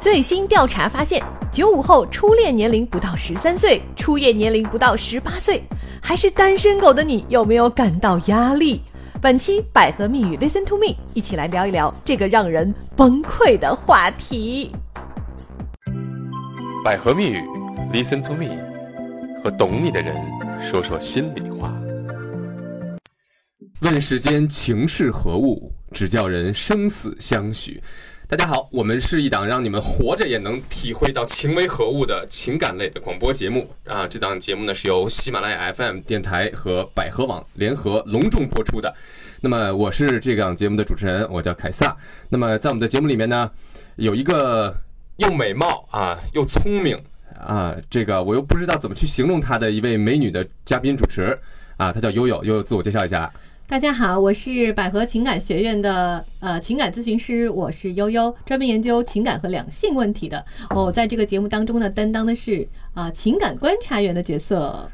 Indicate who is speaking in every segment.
Speaker 1: 最新调查发现，九五后初恋年龄不到十三岁，初夜年龄不到十八岁，还是单身狗的你有没有感到压力？本期百合蜜语 Listen to me，一起来聊一聊这个让人崩溃的话题。
Speaker 2: 百合蜜语，Listen to me，和懂你的人说说心里话。
Speaker 3: 问世间情是何物，只叫人生死相许。大家好，我们是一档让你们活着也能体会到情为何物的情感类的广播节目啊！这档节目呢是由喜马拉雅 FM 电台和百合网联合隆重播出的。那么我是这档节目的主持人，我叫凯撒。那么在我们的节目里面呢，有一个又美貌啊又聪明啊，这个我又不知道怎么去形容她的一位美女的嘉宾主持啊，她叫悠悠。悠悠自我介绍一下。
Speaker 4: 大家好，我是百合情感学院的呃情感咨询师，我是悠悠，专门研究情感和两性问题的。我、在这个节目当中呢，担当的是啊、呃情感观察员的角色。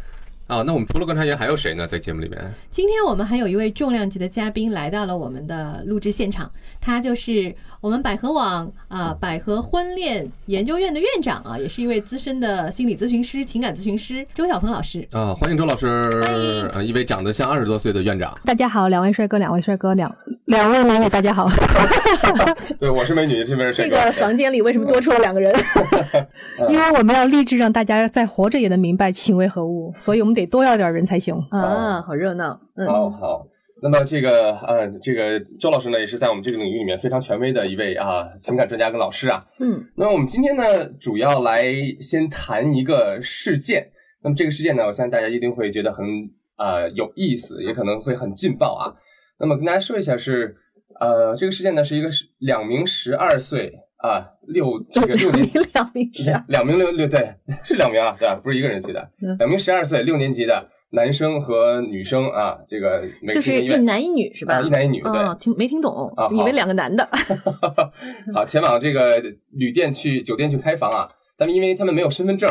Speaker 3: 啊，那我们除了观察员还有谁呢？在节目里面，
Speaker 4: 今天我们还有一位重量级的嘉宾来到了我们的录制现场，他就是我们百合网啊、呃百合婚恋研究院的院长啊，也是一位资深的心理咨询师、情感咨询师周小鹏老师。
Speaker 3: 啊，欢迎周老师，啊，一位长得像二十多岁的院长。
Speaker 5: 大家好，两位帅哥，两位帅哥，两两位美女，大家好。
Speaker 3: 对，我是美女，这边 是啊
Speaker 1: 这个房间里为什么多出了两个人？
Speaker 3: 呃
Speaker 5: 因为我们要励志让大家在活着也能明白情为何物，所以我们得多要点人才行。
Speaker 1: 啊，好热闹。嗯，
Speaker 3: 好好。那么这个呃，这个周老师呢，也是在我们这个领域里面非常权威的一位啊情感专家跟老师啊。
Speaker 1: 嗯，
Speaker 3: 那么我们今天呢，主要来先谈一个事件。那么这个事件呢，我相信大家一定会觉得很呃有意思，也可能会很劲爆啊。那么跟大家说一下是，呃，这个事件呢是一个是两名十二岁啊六这个六年级
Speaker 1: 两名是啊
Speaker 3: 两名六六对是两名啊，对吧？不是一个人去的
Speaker 1: 嗯，
Speaker 3: 两名十二岁六年级的男生和女生啊，这个每
Speaker 1: 就
Speaker 3: 个
Speaker 1: 是
Speaker 3: 一
Speaker 1: 一
Speaker 3: 院
Speaker 1: 男一女是吧？
Speaker 3: 啊一男一女对。
Speaker 1: 哦，听没听懂
Speaker 3: 啊？好
Speaker 1: 以为两个男的。
Speaker 3: 好，前往这个旅店去酒店去开房啊，但是因为他们没有身份证，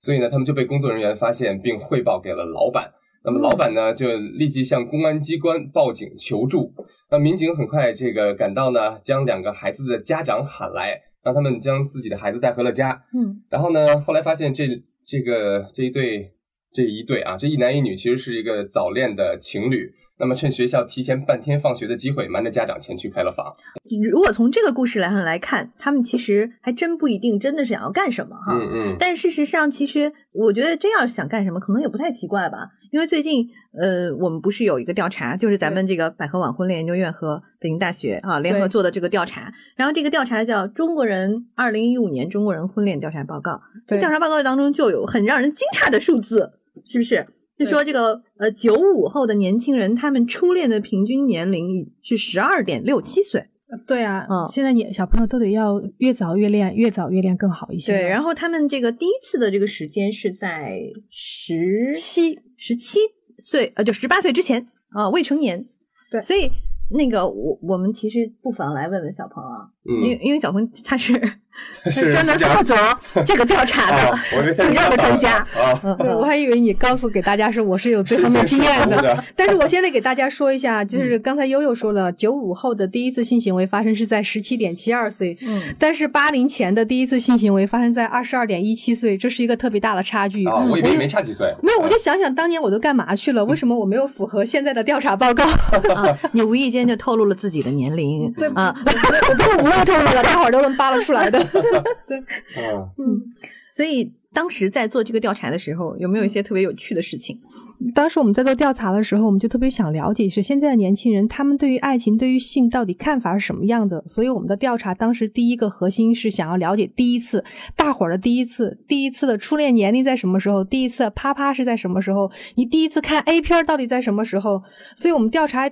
Speaker 3: 所以呢，他们就被工作人员发现并汇报给了老板。那么老板呢，就立即向公安机关报警求助。那民警很快这个赶到呢，将两个孩子的家长喊来，让他们将自己的孩子带回了家。
Speaker 1: 嗯，
Speaker 3: 然后呢，后来发现这这个这一对这一对啊，这一男一女其实是一个早恋的情侣。那么趁学校提前半天放学的机会，瞒着家长前去开了房。
Speaker 1: 如果从这个故事来上来看，他们其实还真不一定真的是想要干什么哈。
Speaker 3: 嗯嗯。
Speaker 1: 但事实上，其实我觉得真要是想干什么，可能也不太奇怪吧。因为最近，呃，我们不是有一个调查，就是咱们这个百合网婚恋研究院和北京大学啊联合
Speaker 5: 对
Speaker 1: 做的这个调查。然后这个调查叫《中国人二零一五年中国人婚恋调查报告》。这
Speaker 5: 对
Speaker 1: 调查报告当中就有很让人惊诧的数字，是不是？就
Speaker 5: 对
Speaker 1: 说这个呃九五后的年轻人，他们初恋的平均年龄已是十二点六七岁。
Speaker 5: 对啊，
Speaker 1: 嗯
Speaker 5: 现在你小朋友都得要越早越练，越早越练更好一些。
Speaker 1: 对，然
Speaker 5: 后
Speaker 1: 后他们这个第一次的这个时间是在十
Speaker 5: 七
Speaker 1: 十七岁，呃，就十八岁之前啊、未成年。
Speaker 5: 对
Speaker 1: 所以那个我我们其实不妨来问问小鹏啊，
Speaker 3: 嗯
Speaker 1: 因为因为小鹏他是他
Speaker 3: 是
Speaker 1: 专门
Speaker 3: 这样
Speaker 1: 负责这个调查的。
Speaker 3: 啊，我这
Speaker 1: 主要的专家
Speaker 3: 啊，
Speaker 1: 嗯
Speaker 5: 对，我还以为你告诉给大家是我是有这方面经验的， 嗯
Speaker 3: 的。
Speaker 5: 但是我现在给大家说一下，就是刚才悠悠说了，九五后的第一次性行为发生是在十七点七二岁，
Speaker 1: 嗯，
Speaker 5: 但是八零前的第一次性行为发生在二十二点一七岁，这是一个特别大的差距。
Speaker 3: 啊，我以
Speaker 5: 嗯我
Speaker 3: 为
Speaker 5: 就
Speaker 3: 没差几岁。
Speaker 5: 没有，我就想想当年我都干嘛去了？为什么我没有符合现在的调查报告？
Speaker 1: 啊，你无意间就透露了自己的年龄，
Speaker 5: 对
Speaker 1: 啊，
Speaker 5: 我都无谓透露了，大伙儿都能扒拉出来的。
Speaker 3: 嗯，
Speaker 1: 所以当时在做这个调查的时候，有没有一些特别有趣的事情？
Speaker 5: 当时我们在做调查的时候，我们就特别想了解是现在的年轻人他们对于爱情、对于性到底看法是什么样的。所以我们的调查当时第一个核心是想要了解第一次大伙儿的第一次，第一次的初恋年龄在什么时候，第一次的啪啪是在什么时候，你第一次看 A 片儿到底在什么时候。所以我们调查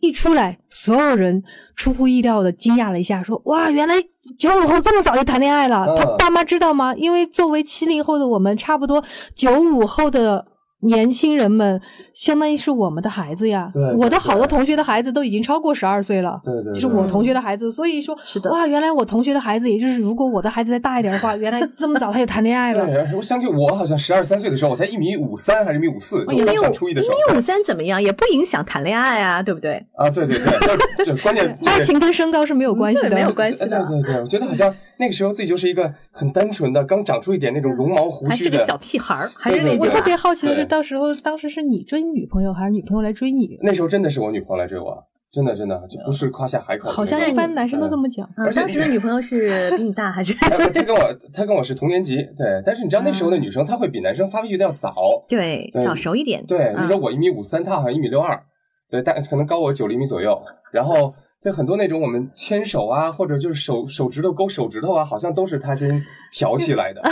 Speaker 5: 一出来，所有人出乎意料的惊讶了一下，说：“哇，原来九五后这么早就谈恋爱了。
Speaker 3: 嗯
Speaker 5: 他爸妈知道吗？因为作为七零后的我们，差不多九五后的。年轻人们相当于是我们的孩子呀
Speaker 3: 对。
Speaker 5: 我的好多同学的孩子都已经超过十二岁了。
Speaker 3: 对对，
Speaker 5: 就是我同学的孩子，所以说
Speaker 1: 是的
Speaker 5: 哇，原来我同学的孩子，也就是如果我的孩子再大一点的话，原来这么早他也谈恋爱
Speaker 3: 对。
Speaker 5: 了。
Speaker 3: 哎对，我想起我好像十二三岁的时候，我才一米五三还是一米五四，
Speaker 5: 哦
Speaker 1: 一米
Speaker 3: 就刚
Speaker 1: 五
Speaker 3: 上初一的时候
Speaker 1: 一米五三怎么样，也不影响谈恋爱啊，对不对？
Speaker 3: 啊，对对对，就就关 键
Speaker 5: 爱
Speaker 3: 就是
Speaker 5: 情跟身高是没有关系
Speaker 1: 嗯对，
Speaker 5: 的，
Speaker 1: 没有关系
Speaker 3: 对
Speaker 1: 的，
Speaker 3: 对对，我觉得好像那个时候自己就是一个很单纯的，刚长出一点那种绒毛
Speaker 5: 嗯
Speaker 3: 胡
Speaker 1: 还
Speaker 3: 须
Speaker 1: 是
Speaker 3: 的
Speaker 1: 个小屁孩儿，还是
Speaker 3: 对
Speaker 1: 那
Speaker 3: 对
Speaker 5: 我
Speaker 1: 种
Speaker 3: 对
Speaker 5: 特别好奇的是，
Speaker 3: 对
Speaker 5: 到时候当时是你追女朋友，还是女朋友来追你？
Speaker 3: 那时候真的是我女朋友来追我，啊真的真的就不是夸下海口的那种。
Speaker 5: 好像一般男生都这么讲。
Speaker 1: 嗯，
Speaker 3: 而且
Speaker 1: 当时的女朋友是比你 大还是？，
Speaker 3: 哎。她跟我她跟我是同年级，对，但是你知道那时候的女生她会比男生发育的要早
Speaker 1: 对，
Speaker 3: 对
Speaker 1: 早熟一点。
Speaker 3: 对，那时候
Speaker 1: 嗯
Speaker 3: 我一米五三，她好像一米六二，对，但可能高我九厘米左右。然后对很多那种我们牵手啊，或者就是手手指头勾手指头啊，好像都是她先挑起 来的。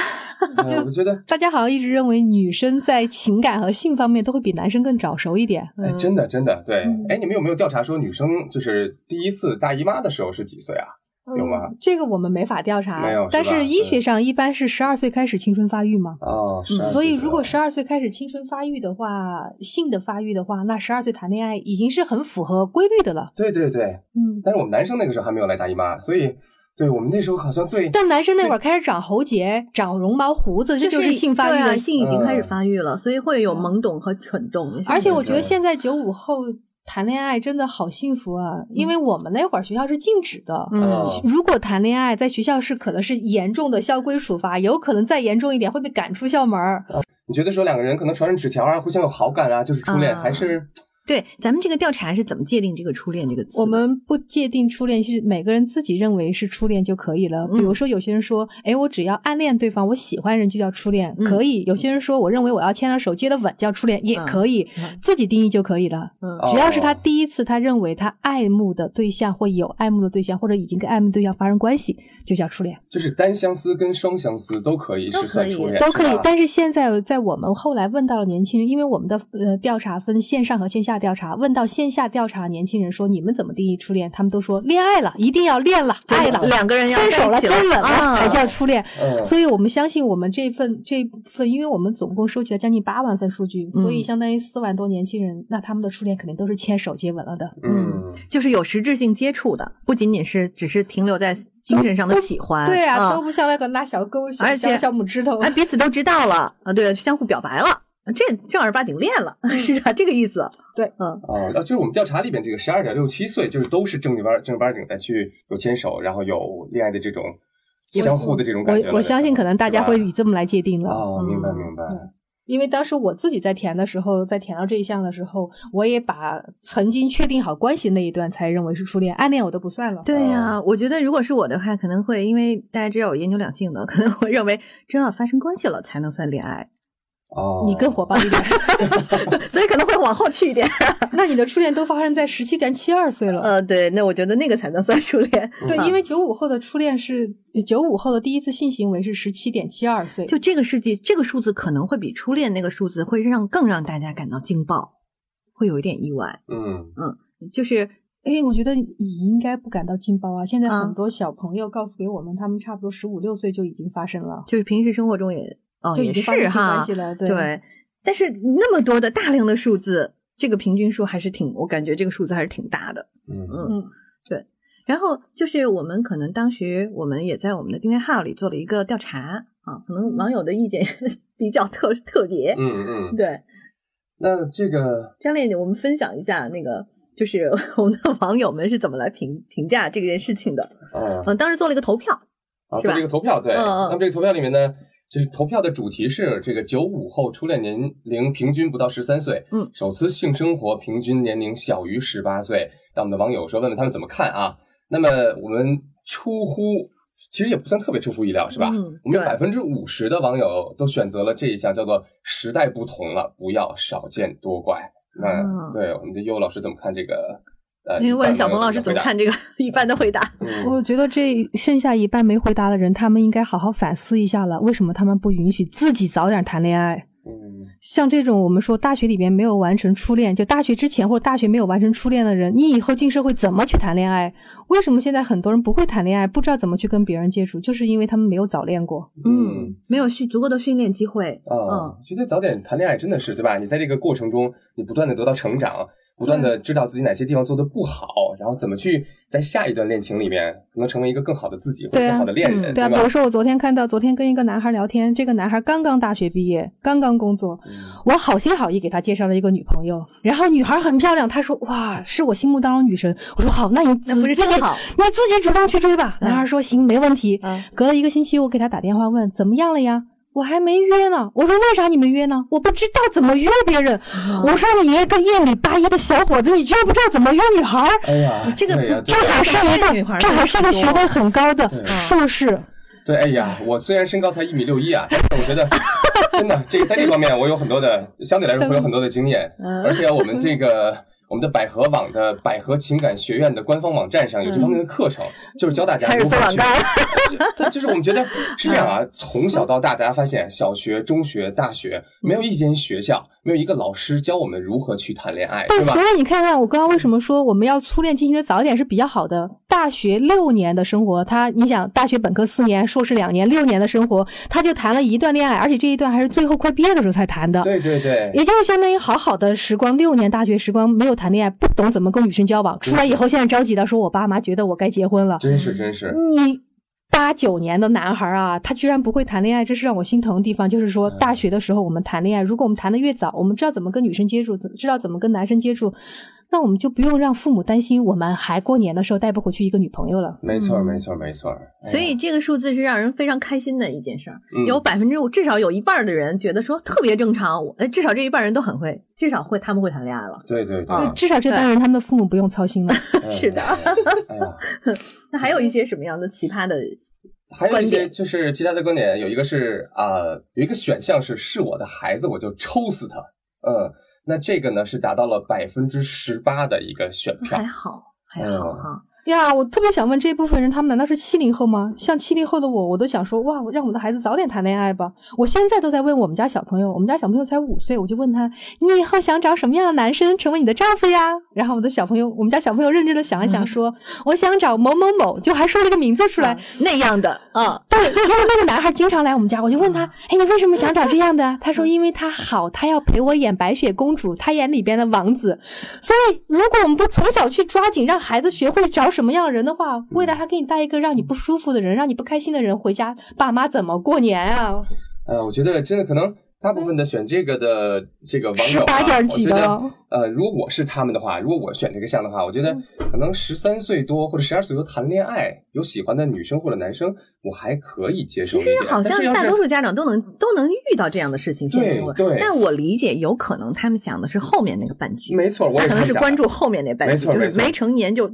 Speaker 3: 对我觉得
Speaker 5: 大家好像一直认为女生在情感和性方面都会比男生更早熟一点。
Speaker 3: 哎，真的真的对，
Speaker 5: 嗯
Speaker 3: 哎，你们有没有调查说女生就是第一次大姨妈的时候是几岁啊？有吗？
Speaker 5: 嗯这个我们没法调查
Speaker 3: 没有是吧，
Speaker 5: 但是医学上一般是十二岁开始青春发育嘛，
Speaker 3: 哦，12
Speaker 5: 嗯所以
Speaker 3: 岁
Speaker 5: 如
Speaker 3: 左
Speaker 5: 果
Speaker 3: 右
Speaker 5: 十二岁开始青春发育的话，性的发育的话，那十二岁谈恋爱已经是很符合规律的了。
Speaker 3: 对对对，
Speaker 5: 嗯，
Speaker 3: 但是我们男生那个时候还没有来大姨妈，所以对我们那时候好像对
Speaker 5: 但男生那会儿开始长喉结、长绒毛胡子，这
Speaker 1: 就
Speaker 5: 就是性发育
Speaker 1: 对啊
Speaker 5: 的
Speaker 1: 性已经开始发育了，所以会有懵懂和蠢动。
Speaker 5: 而且我觉得
Speaker 3: 对
Speaker 5: 现在九五后谈恋爱真的好幸福啊，因为我们那会儿学校是禁止的。
Speaker 1: 嗯
Speaker 3: 哦，
Speaker 5: 如果谈恋爱在学校是可能是严重的校规处罚，有可能再严重一点会被赶出校门儿。
Speaker 1: 呃
Speaker 3: 你觉得说两个人可能传传纸条啊，互相有好感啊，就是初恋，
Speaker 1: 啊
Speaker 3: 还是
Speaker 1: 对，咱们这个调查是怎么界定这个初恋这个词的？
Speaker 5: 我们不界定初恋是每个人自己认为是初恋就可以了。
Speaker 1: 嗯
Speaker 5: 比如说有些人说，哎，我只要暗恋对方，我喜欢人就叫初恋，
Speaker 1: 嗯
Speaker 5: 可以；有些人说，我认为我要牵了手、接了吻叫初恋，也
Speaker 1: 嗯
Speaker 5: 可以，
Speaker 1: 嗯
Speaker 5: 自己定义就可以了。
Speaker 1: 嗯
Speaker 3: 哦
Speaker 5: 只要是他第一次他认为他爱慕的对象或有爱慕的对象，或者已经跟爱慕对象发生关系，就叫初恋，
Speaker 3: 就是单相思跟双相思都可以
Speaker 1: 都可
Speaker 3: 是
Speaker 1: 以
Speaker 3: 算初恋，
Speaker 5: 都可以
Speaker 3: 是。吧
Speaker 5: 但是现在在我们后来问到了年轻人，因为我们的呃调查分线上和线下调查，问到线下调查年轻人说你们怎么定义初恋，他们都说恋爱了，一定要恋了，爱了，
Speaker 1: 两个人要
Speaker 5: 牵手了，
Speaker 1: 在
Speaker 5: 亲
Speaker 1: 一起
Speaker 5: 吻了
Speaker 1: 啊
Speaker 5: 才叫初恋。
Speaker 3: 嗯
Speaker 5: 所以我们相信我们这份这份，因为我们总共收集了将近八万份数据，所以
Speaker 1: 嗯
Speaker 5: 相当于四万多年轻人，那他们的初恋肯定都是牵手接吻了的。
Speaker 3: 嗯，
Speaker 1: 就是有实质性接触的，不仅仅是只是停留在精神上的喜欢，
Speaker 5: 对啊，
Speaker 1: 啊
Speaker 5: 都，不像那个拉小钩、小
Speaker 1: 而且
Speaker 5: 小小拇指头。
Speaker 1: 哎，彼此都知道了啊，对，相互表白了，这正儿八经恋了，
Speaker 5: 嗯
Speaker 1: 是啊，这个意思。
Speaker 3: 哦，啊，就是我们调查里边这个十二点六七岁，就是都是正儿八正儿八经的去有牵手，然后有恋爱的这种相互的这种感觉了。
Speaker 5: 我我相信可能大家会
Speaker 3: 是吧
Speaker 5: 以这么来界定了，
Speaker 3: 哦，明白明白，
Speaker 5: 因为当时我自己在填的时候，在填到这一项的时候，我也把曾经确定好关系那一段才认为是初恋，暗恋我都不算了。
Speaker 1: 对呀、
Speaker 3: 哦
Speaker 1: 我觉得如果是我的话，可能会因为大家知道我研究两性的，可能会认为真要发生关系了才能算恋爱，
Speaker 3: 哦，
Speaker 5: 你更火爆一点，
Speaker 1: 所以可能会往后去一 点。
Speaker 5: 那你的初恋都发生在十七点七二岁了。
Speaker 1: 呃，对，那我觉得那个才能算初恋。
Speaker 5: 对，
Speaker 1: 嗯
Speaker 5: 因为九五后的初恋是九五后的第一次性行为是十七点七二岁，
Speaker 1: 就这个世纪，这个数字可能会比初恋那个数字会让更让大家感到惊爆，会有一点意外。
Speaker 3: 嗯，
Speaker 1: 就是
Speaker 5: 哎，我觉得你应该不感到劲爆啊！现在
Speaker 1: 啊
Speaker 5: 很多小朋友告诉给我们，他们差不多十五六岁就已经发生了，
Speaker 1: 就是平时生活中也哦
Speaker 5: 就已
Speaker 1: 也
Speaker 5: 经发生
Speaker 1: 是
Speaker 5: 性关
Speaker 1: 哈
Speaker 5: 系，了。对，
Speaker 1: 对。但是那么多的大量的数字，这个平均数还是挺，我感觉这个数字还是挺大的。
Speaker 3: 嗯
Speaker 1: 嗯，对。然后就是我们可能当时我们也在我们的订阅号里做了一个调查啊，可能网友的意见 比较特特别。
Speaker 3: 嗯嗯，
Speaker 1: 对，
Speaker 3: 那这个
Speaker 1: 张烈，我们分享一下那个就是我们的 网友们是怎么来评评价这件事情的。
Speaker 3: 嗯
Speaker 1: 嗯，当时做了一个投票，
Speaker 3: 啊，
Speaker 1: 是
Speaker 3: 做
Speaker 1: 吧
Speaker 3: 了一个投票，对。
Speaker 1: 嗯嗯
Speaker 3: 那么这个投票里面呢，就是投票的主题是这个九五后初恋年龄平均不到十三岁，
Speaker 1: 嗯，
Speaker 3: 首次性生活平均年龄小于十八岁。让我们的网友说问问他们怎么看啊？那么我们出乎。其实也不算特别出乎意料，是吧？
Speaker 1: 嗯
Speaker 3: 我们有
Speaker 1: 对
Speaker 3: 百分之五十的网友都选择了这一项，叫做“时代不同了，不要少见多怪”。那、
Speaker 1: 嗯
Speaker 3: 对我们的悠悠老师怎么看这个？呃，
Speaker 1: 因为问小
Speaker 3: 鹏
Speaker 1: 鹏老师怎么看这个 一般的回答。
Speaker 5: 我觉得这剩下一半没回答的人，他们应该好好反思一下了，为什么他们不允许自己早点谈恋爱？
Speaker 3: 嗯，
Speaker 5: 像这种我们说大学里面没有完成初恋，就大学之前或者大学没有完成初恋的人，你以后进社会怎么去谈恋爱？为什么现在很多人不会谈恋爱，不知道怎么去跟别人接触，就是因为他们没有早恋过。
Speaker 1: 嗯，没有训足够的训练机会，
Speaker 5: 嗯
Speaker 3: 啊，觉得早点谈恋爱真的是对吧？你在这个过程中，你不断的得到成长，不断的知道自己哪些地方做的不好，然后怎么去在下一段恋情里面，可能成为一个更好的自己或者
Speaker 5: 对啊
Speaker 3: 更好的恋人，
Speaker 5: 对啊，比如
Speaker 3: 吧？
Speaker 5: 说我昨天看到，昨天跟一个男孩聊天，这个男孩刚刚大学毕业，刚刚工作，
Speaker 3: 嗯
Speaker 5: 我好心好意给他介绍了一个女朋友，然后女孩很漂亮，他说哇，是我心目当中女神，我说好，那你
Speaker 3: 嗯
Speaker 1: 那不是
Speaker 5: 自己
Speaker 1: 更好？
Speaker 5: 你自己主动去追吧。
Speaker 1: 嗯
Speaker 5: 男孩说行，没问题。
Speaker 1: 嗯
Speaker 5: 隔了一个星期，我给他打电话问怎么样了呀？我还没约呢，我说为啥你没约呢？我不知道怎么约别人。
Speaker 1: 嗯
Speaker 5: 我说你一个一米八一的小伙子，你居然不知道怎么约女孩儿？
Speaker 3: 哎呀，
Speaker 1: 这个
Speaker 3: 对呀，
Speaker 5: 这
Speaker 3: 对呀
Speaker 5: 还是一
Speaker 1: 这个女孩
Speaker 5: 个，
Speaker 1: 儿
Speaker 5: 这还是一个学问很高的
Speaker 3: 对
Speaker 5: 硕士。
Speaker 3: 对，哎呀，我虽然身高才一米六一啊，但是我觉 得真的，这个在这方面我有很多的，相对来说会有很多的经验，
Speaker 1: 嗯
Speaker 3: 而且我们这个。我们的百合网的百合情感学院的官方网站上有这方面的课程，就是教大家
Speaker 1: 嗯开始
Speaker 3: 如何
Speaker 1: 做
Speaker 3: 去
Speaker 1: 广告，
Speaker 3: 对，就是我们觉得是这样
Speaker 1: 嗯
Speaker 3: 啊，从小到大，大家发现小学、中学、大学没有一间学校，没有一个老师教我们如何去谈恋爱，
Speaker 5: 对，
Speaker 3: 对
Speaker 5: 所
Speaker 3: 吧？
Speaker 5: 以你看看，我刚刚为什么说我们要初恋进行的早一点是比较好的？大学六年的生活，他你想，大学本科四年，硕士两年，六年的生活，他就谈了一段恋爱，而且这一段还是最后快毕业的时候才谈的。
Speaker 3: 对对对，
Speaker 5: 也就是相当于好好的时光，六年大学时光没有谈恋爱，不懂怎么跟女生交往，出来以后现在着急的说，我爸妈觉得我该结婚了。
Speaker 3: 真是真是，
Speaker 1: 嗯
Speaker 5: 你八九年的男孩啊，他居然不会谈恋爱，这是让我心疼的地方。就是说，大学的时候我们谈恋爱，如果我们谈的越早，我们知道怎么跟女生接触，怎知道怎么跟男生接触，那我们就不用让父母担心，我们还过年的时候带不回去一个女朋友了。
Speaker 3: 没错
Speaker 1: 嗯
Speaker 3: 没错没错。哎呀
Speaker 1: 所以这个数字是让人非常开心的一件事儿。
Speaker 3: 嗯
Speaker 1: 有百分之五，至少有一半儿的人觉得说特别正常，我呃至少这一半人都很会，至少会他们会谈恋爱了。
Speaker 3: 对对对，
Speaker 1: 啊
Speaker 5: 至少这帮人他们的父母不用操心了。
Speaker 3: 哎呀
Speaker 1: 是的
Speaker 3: 哎呀，
Speaker 1: 那还有一些什么样的奇葩的？
Speaker 3: 还有一
Speaker 1: 观
Speaker 3: 些
Speaker 1: 点
Speaker 3: 就是其他的观点，有一个是啊、有一个选项是是我的孩子，我就抽死他。嗯，那这个呢是达到了百分之十八的一个选票
Speaker 1: 还。好，还
Speaker 3: 哎
Speaker 1: 好哈。
Speaker 5: 呀，我特别想问这部分人，他们难道是七零后吗？像七零后的我，我都想说，哇，我让我的孩子早点谈恋爱吧。我现在都在问我们家小朋友，我们家小朋友才五岁，我就问他，你以后想找什么样的男生成为你的丈夫呀？然后我的小朋友，我们家小朋友认真的想了想，说，我想找某某某，就还说了个名字出来
Speaker 1: 啊。那样的啊，
Speaker 5: 对，因为那个男孩经常来我们家，我就问他，
Speaker 3: 嗯
Speaker 5: 哎，你为什么想找这样的？ 他说，因为他好，他要陪我演白雪公主，他演里边的王子。所以，如果我们不从小去抓紧让孩子学会找什么样的人的话，未来他给你带一个让你不舒服的人，让你不开心的人回家，爸妈怎么过年 啊？
Speaker 3: 呃，我觉得真的可能大部分的选这个的这个网友、啊，
Speaker 5: 18点几的
Speaker 3: 我觉得呃，如果我是他们的话，如果我选这个项的话，我觉
Speaker 1: 嗯
Speaker 3: 得可能十三岁多或者十二岁多谈恋爱，有喜欢的女生或者男生，我还可以接受
Speaker 1: 其
Speaker 3: 一点。
Speaker 1: 实好
Speaker 3: 啊但是
Speaker 1: 像
Speaker 3: 要
Speaker 1: 大
Speaker 3: 是
Speaker 1: 多数家长都能都能遇到这样的事情。现在
Speaker 3: 对
Speaker 1: 我
Speaker 3: 对
Speaker 1: 但我理解，有可能他们想的是后面那个半句，
Speaker 3: 没错，我
Speaker 1: 他
Speaker 3: 也
Speaker 1: 可能
Speaker 3: 这
Speaker 1: 是
Speaker 3: 么想的
Speaker 1: 关注后面那半
Speaker 3: 没
Speaker 1: 句，
Speaker 3: 错
Speaker 1: 就是
Speaker 3: 没错
Speaker 1: 没成年就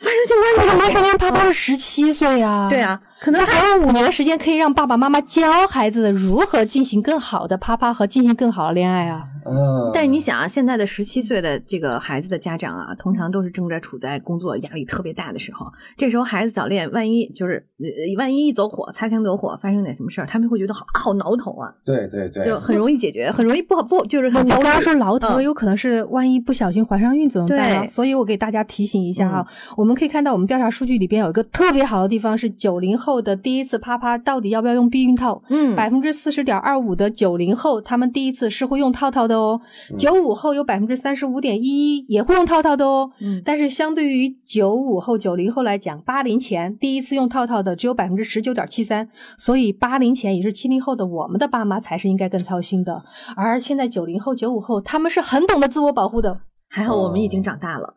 Speaker 5: 发生性关系的 没成年，啪啪是十七岁啊。
Speaker 1: 对。啊，可能
Speaker 5: 那还有五年时间可以让爸爸妈妈教孩子如何进行更好的啪啪和进行更好的恋爱啊！
Speaker 3: 嗯，
Speaker 1: 但是你想啊，现在的十七岁的这个孩子的家长啊，通常都是正在处在工作压力特别大的时候，这时候孩子早恋，万一就是呃万一一走火，擦枪走火，发生点什么事儿，他们会觉得好好挠头啊，
Speaker 3: 对对对，
Speaker 1: 就很容易解决，很容易不好不就是
Speaker 5: 我
Speaker 1: 很焦
Speaker 5: 刚刚
Speaker 1: 虑。
Speaker 5: 说牢头，
Speaker 1: 嗯
Speaker 5: 有可能是万一不小心怀上孕怎么办啊？
Speaker 1: 对嗯
Speaker 5: 所以我给大家提醒一下啊，我们可以看到我们调查数据里边有一个特别好的地方是九零后的第一次啪啪到底要不要用避孕套？
Speaker 1: 嗯
Speaker 5: 百分之四十点二五的九零后他们第一次是会用套套的哦，
Speaker 3: 嗯
Speaker 5: 九五后有百分之三十五点一一也会用套套的哦。
Speaker 1: 嗯
Speaker 5: 但是相对于九五后、九零后来讲，八零前第一次用套套的只有百分之十九点七三，所以八零前也是七零后的我们的爸妈才是应该更操心的。而现在九零后、九五后，他们是很懂得自我保护 的。
Speaker 1: 还好我们已
Speaker 3: 哦
Speaker 1: 经长大了，